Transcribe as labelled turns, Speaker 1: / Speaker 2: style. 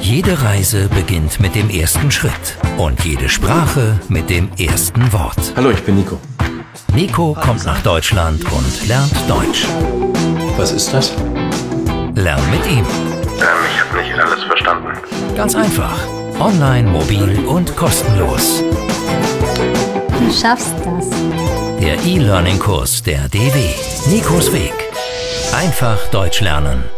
Speaker 1: Jede Reise beginnt mit dem ersten Schritt und jede Sprache mit dem ersten Wort.
Speaker 2: Hallo, ich bin Nico.
Speaker 1: Nico kommt nach Deutschland und lernt Deutsch.
Speaker 2: Was ist das?
Speaker 1: Lern mit ihm.
Speaker 3: Ähm, ich habe nicht alles verstanden.
Speaker 1: Ganz einfach. Online, mobil und kostenlos.
Speaker 4: Du schaffst das.
Speaker 1: Der E-Learning-Kurs der DW. Nikos Weg. Einfach Deutsch lernen.